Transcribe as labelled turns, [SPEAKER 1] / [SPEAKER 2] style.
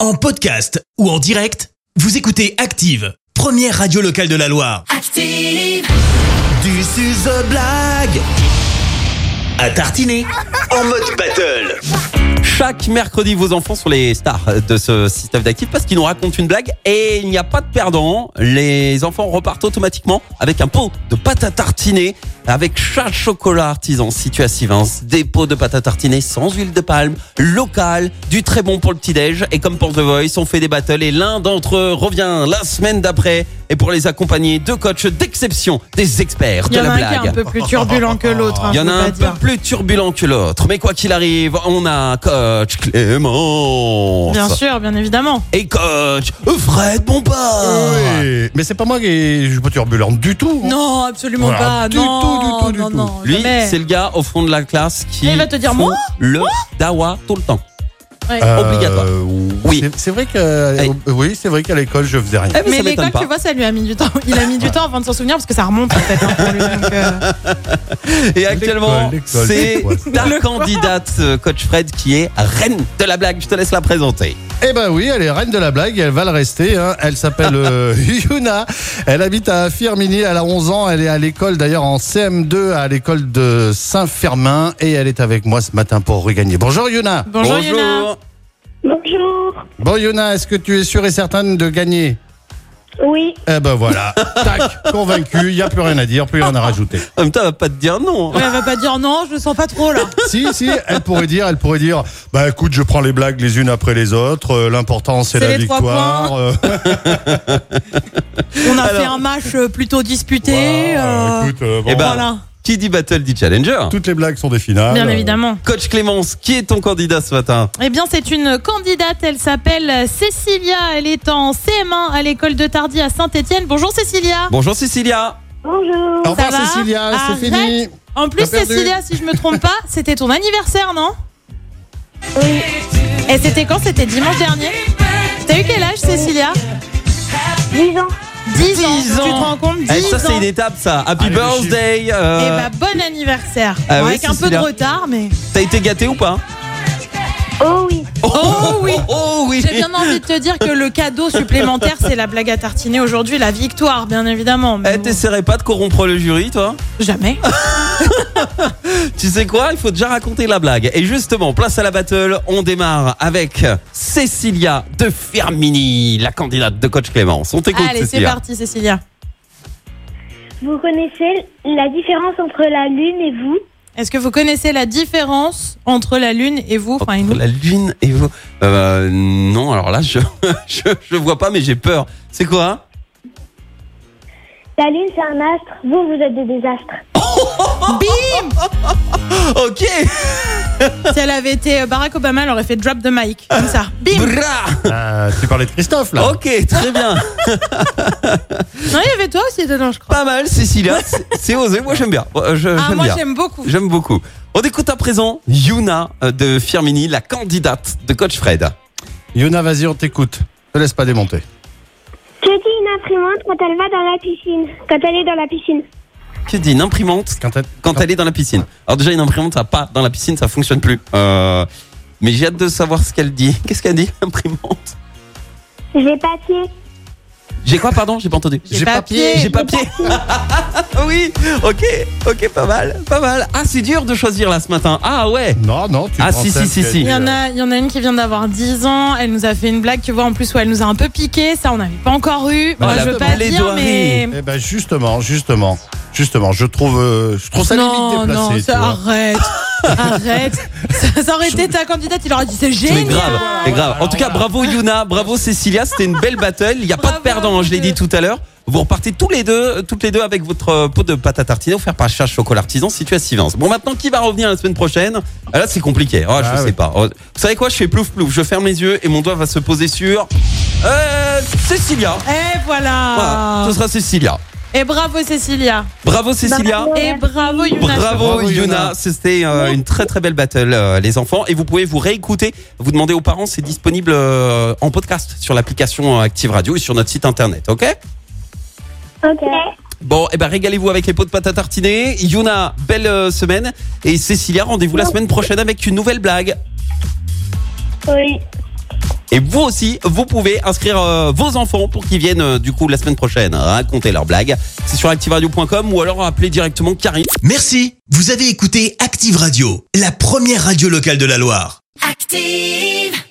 [SPEAKER 1] En podcast ou en direct, vous écoutez Active, première radio locale de la Loire.
[SPEAKER 2] Active,
[SPEAKER 1] Du suzo blague à tartiner en mode battle.
[SPEAKER 3] Chaque mercredi, vos enfants sont les stars de ce système d'actifs parce qu'ils nous racontent une blague et il n'y a pas de perdant. Les enfants repartent automatiquement avec un pot de pâte à tartiner avec chat chocolat artisan situé à Sivins. Des pots de pâte à tartiner sans huile de palme, local, du très bon pour le petit-déj. Et comme pour The Voice, on fait des battles et l'un d'entre eux revient la semaine d'après. Et pour les accompagner, deux coachs d'exception, des experts
[SPEAKER 4] Il
[SPEAKER 3] de
[SPEAKER 4] y en a
[SPEAKER 3] la
[SPEAKER 4] un qui est
[SPEAKER 3] blague.
[SPEAKER 4] un peu plus turbulent que l'autre. hein,
[SPEAKER 3] Il y en
[SPEAKER 4] faut
[SPEAKER 3] a
[SPEAKER 4] pas
[SPEAKER 3] un peu
[SPEAKER 4] dire.
[SPEAKER 3] plus turbulent que l'autre, mais quoi qu'il arrive, on a coach Clémence
[SPEAKER 4] Bien sûr, bien évidemment.
[SPEAKER 3] et coach Fred Bompard.
[SPEAKER 5] Oui, mais c'est pas moi qui je suis pas turbulente du tout. hein.
[SPEAKER 4] Non, absolument
[SPEAKER 5] Voilà,
[SPEAKER 4] pas.
[SPEAKER 5] du
[SPEAKER 4] non,
[SPEAKER 5] tout, du tout, du
[SPEAKER 4] non,
[SPEAKER 5] tout.
[SPEAKER 4] non,
[SPEAKER 3] Lui,
[SPEAKER 4] jamais.
[SPEAKER 3] c'est le gars au fond de la classe qui
[SPEAKER 4] Et il va te dire,
[SPEAKER 3] fout
[SPEAKER 4] moi
[SPEAKER 3] le dawa tout le temps.
[SPEAKER 4] Ouais.
[SPEAKER 5] Euh,
[SPEAKER 3] Obligatoire. Oui.
[SPEAKER 5] c'est- C'est vrai que euh,
[SPEAKER 3] Eh.
[SPEAKER 5] oui, c'est vrai qu'à l'école je faisais rien.
[SPEAKER 3] Eh, mais
[SPEAKER 4] mais
[SPEAKER 3] ça m'étonne
[SPEAKER 4] l'école,
[SPEAKER 3] pas.
[SPEAKER 4] tu vois, ça lui a mis du temps. Il a mis du temps avant de s'en souvenir parce que ça remonte en fait. hein, pour lui, donc, euh,
[SPEAKER 3] Et actuellement,
[SPEAKER 5] l'école,
[SPEAKER 3] c'est
[SPEAKER 5] l'école.
[SPEAKER 3] ta candidate euh, coach Fred qui est reine de la blague. Je te laisse la présenter.
[SPEAKER 5] Eh ben oui, elle est reine de la blague, et elle va le rester. hein. Elle s'appelle euh, Yuna. Elle habite à Firmini, elle a 11 ans. Elle est à l'école d'ailleurs en CM2 à l'école de Saint-Firmin et elle est avec moi ce matin pour regagner. Bonjour Yuna.
[SPEAKER 4] Bonjour, Yuna.
[SPEAKER 6] Bonjour.
[SPEAKER 5] Bon Yuna, est-ce que tu es sûre et certaine de gagner
[SPEAKER 6] Oui,
[SPEAKER 5] Eh ben voilà, tac, convaincu, il n'y a plus rien à dire, plus rien à rajouter.
[SPEAKER 3] En même temps, elle va Euh, pas te dire non.
[SPEAKER 4] Ouais, elle va pas dire non, je le sens pas trop là.
[SPEAKER 5] si, si, elle pourrait dire, elle pourrait dire, bah écoute, je prends les blagues les unes après les autres. euh, L'important c'est
[SPEAKER 4] C'est
[SPEAKER 5] la
[SPEAKER 4] les trois
[SPEAKER 5] victoire. euh,
[SPEAKER 4] On a fait un match euh, plutôt disputé.
[SPEAKER 5] voilà,
[SPEAKER 4] euh,
[SPEAKER 5] écoute, euh, bon,
[SPEAKER 3] Eh ben,
[SPEAKER 4] Voilà.
[SPEAKER 3] Qui dit battle dit challenger.
[SPEAKER 5] toutes les blagues sont des finales.
[SPEAKER 4] Bien
[SPEAKER 5] euh,
[SPEAKER 4] évidemment.
[SPEAKER 3] Coach Clémence, qui est ton candidat ce matin
[SPEAKER 4] Eh bien, c'est une candidate. Elle s'appelle Cécilia. Elle est en CM1 à l'école de Tardy à Saint-Etienne. Bonjour, Cécilia.
[SPEAKER 3] Bonjour Cécilia.
[SPEAKER 6] bonjour.
[SPEAKER 5] Au revoir
[SPEAKER 4] Ça va
[SPEAKER 5] Cécilia,
[SPEAKER 4] Arrête.
[SPEAKER 5] c'est fini.
[SPEAKER 4] En plus,
[SPEAKER 5] T'as perdu.
[SPEAKER 4] Cécilia, si je me trompe pas, c'était ton anniversaire, non
[SPEAKER 6] Oui.
[SPEAKER 4] Et c'était quand C'était dimanche dernier T'as eu quel âge, Cécilia
[SPEAKER 6] 10 ans.
[SPEAKER 4] 10,
[SPEAKER 3] Dix
[SPEAKER 4] ans.
[SPEAKER 3] ans.
[SPEAKER 4] Tu te rends compte 10
[SPEAKER 3] Eh, ça c'est
[SPEAKER 4] ans
[SPEAKER 3] une étape ça. Happy
[SPEAKER 5] Allez, le chiffre.
[SPEAKER 3] birthday. euh,
[SPEAKER 4] Eh bah, bon anniversaire
[SPEAKER 3] Ah
[SPEAKER 4] Bon,
[SPEAKER 3] oui,
[SPEAKER 4] Avec un peu de
[SPEAKER 3] Cécilia.
[SPEAKER 4] retard, mais...
[SPEAKER 3] T'as été gâté ou pas
[SPEAKER 6] Oh oui.
[SPEAKER 4] Oh oui.
[SPEAKER 3] Oh, oh oui.
[SPEAKER 4] J'ai bien envie de te dire que le cadeau supplémentaire, c'est la blague à tartiner aujourd'hui, la victoire, bien évidemment. mais
[SPEAKER 3] Eh,
[SPEAKER 4] bon,
[SPEAKER 3] t'essaierais pas de corrompre le jury, toi
[SPEAKER 4] jamais.
[SPEAKER 3] Tu sais quoi Il faut déjà raconter la blague. Et justement, place à la battle. On démarre avec Cécilia de Fermini, la candidate de coach Clémence. On t'écoute,
[SPEAKER 4] Allez, c'est
[SPEAKER 3] Cécilia.
[SPEAKER 4] parti, Cécilia.
[SPEAKER 6] Vous connaissez la différence entre la Lune et vous
[SPEAKER 4] Est-ce que vous connaissez la différence entre la Lune et vous Enfin, et nous
[SPEAKER 3] Entre la lune et vous. Euh, non, alors là, je, je, je vois pas, mais j'ai peur. C'est quoi
[SPEAKER 6] La Lune, c'est un astre. Vous, vous êtes des désastres.
[SPEAKER 3] Ok
[SPEAKER 4] Si elle avait été euh, Barack Obama, elle aurait fait drop de mic, comme ça. Bim
[SPEAKER 3] Bra
[SPEAKER 5] Ah, tu parlais de Christophe là.
[SPEAKER 3] Ok, très bien.
[SPEAKER 4] Non, il y avait toi aussi dedans, je crois.
[SPEAKER 3] Pas mal, Cécilia. C'est- C'est osé. Moi, j'aime bien. Euh, je-
[SPEAKER 4] Ah,
[SPEAKER 3] j'aime
[SPEAKER 4] moi
[SPEAKER 3] bien.
[SPEAKER 4] j'aime beaucoup.
[SPEAKER 3] J'aime beaucoup. On écoute à présent Yuna euh, de Firmini, la candidate de coach Fred.
[SPEAKER 5] Yuna, vas-y, on t'écoute. Te laisse pas démonter.
[SPEAKER 6] Que dit une imprimante quand elle va dans la piscine Quand elle est dans la piscine
[SPEAKER 3] Que dit une imprimante
[SPEAKER 5] Quand elle,
[SPEAKER 3] quand elle est dans la piscine Alors déjà, une imprimante, ça pas dans la piscine, ça fonctionne plus. Euh, mais j'ai hâte de savoir ce qu'elle dit. Qu'est-ce qu'elle dit, l'imprimante
[SPEAKER 6] J'ai papier.
[SPEAKER 3] J'ai quoi, pardon J'ai pas entendu.
[SPEAKER 4] J'ai papier.
[SPEAKER 3] J'ai papier. Ah oui, ok, ok, pas mal, pas mal. Ah, c'est dur de choisir là ce matin. Ah ouais.
[SPEAKER 5] Non, non, tu
[SPEAKER 3] Ah,
[SPEAKER 5] prends
[SPEAKER 3] si,
[SPEAKER 5] celle
[SPEAKER 3] si, si,
[SPEAKER 5] qui a
[SPEAKER 3] si.
[SPEAKER 5] dit,
[SPEAKER 4] Il y, en
[SPEAKER 5] euh,
[SPEAKER 4] a, il y en a une qui vient d'avoir 10 ans, elle nous a fait une blague, tu vois, en plus où elle nous a un peu piqué, ça on n'avait pas encore eu.
[SPEAKER 3] Bah,
[SPEAKER 4] Moi,
[SPEAKER 3] la
[SPEAKER 4] je veux pas dire,
[SPEAKER 3] plaidoirie.
[SPEAKER 4] mais.
[SPEAKER 5] Eh ben justement, justement, justement, je trouve, euh, je trouve ça limite
[SPEAKER 4] Non,
[SPEAKER 5] déplacé.
[SPEAKER 4] non,
[SPEAKER 5] tu
[SPEAKER 4] ça,
[SPEAKER 5] vois.
[SPEAKER 4] arrête, arrête. Ça, ça aurait été ta candidate, il aurait dit c'est
[SPEAKER 3] C'est
[SPEAKER 4] génial.
[SPEAKER 3] grave, c'est grave. En tout cas, bravo Yuna, bravo Cécilia, c'était une belle battle. Il n'y a pas de
[SPEAKER 4] Bravo,
[SPEAKER 3] perdant, hein, je l'ai
[SPEAKER 4] les
[SPEAKER 3] dit tout à l'heure. Vous repartez tous les deux, euh, toutes les deux avec votre euh, pot de pâte à tartiner offert par Charles Chocolat Artisan situé à Sivins. Bon, maintenant, qui va revenir la semaine prochaine Ah, Là, c'est compliqué. Ah, je
[SPEAKER 5] Ah,
[SPEAKER 3] sais
[SPEAKER 5] oui.
[SPEAKER 3] pas. Oh, Vous savez quoi Je fais plouf plouf. Je ferme les yeux et mon doigt va se poser sur euh, Cécilia.
[SPEAKER 4] Et voilà.
[SPEAKER 3] Voilà, ce sera Cécilia.
[SPEAKER 4] Et bravo Cécilia.
[SPEAKER 3] Bravo Cécilia.
[SPEAKER 6] Bravo.
[SPEAKER 4] Et bravo Yuna.
[SPEAKER 3] Bravo,
[SPEAKER 5] Bravo,
[SPEAKER 3] Yuna,
[SPEAKER 5] Yuna.
[SPEAKER 3] c'était euh, une très très belle battle euh, les enfants et vous pouvez vous réécouter, vous demandez aux parents, c'est disponible euh, en podcast sur l'application euh, Active Radio et sur notre site internet, OK
[SPEAKER 6] Ok.
[SPEAKER 3] Bon, et ben régalez-vous avec les pots de pâte à tartiner. Yuna, belle euh, semaine et Cécilia, rendez-vous la semaine prochaine avec une nouvelle blague.
[SPEAKER 6] Oui.
[SPEAKER 3] Et vous aussi, vous pouvez inscrire euh, vos enfants pour qu'ils viennent euh, du coup la semaine prochaine raconter leurs blagues. C'est sur activeradio.com ou alors appelez directement Karine.
[SPEAKER 1] Merci. Vous avez écouté Active Radio, la première radio locale de la Loire.
[SPEAKER 2] Active.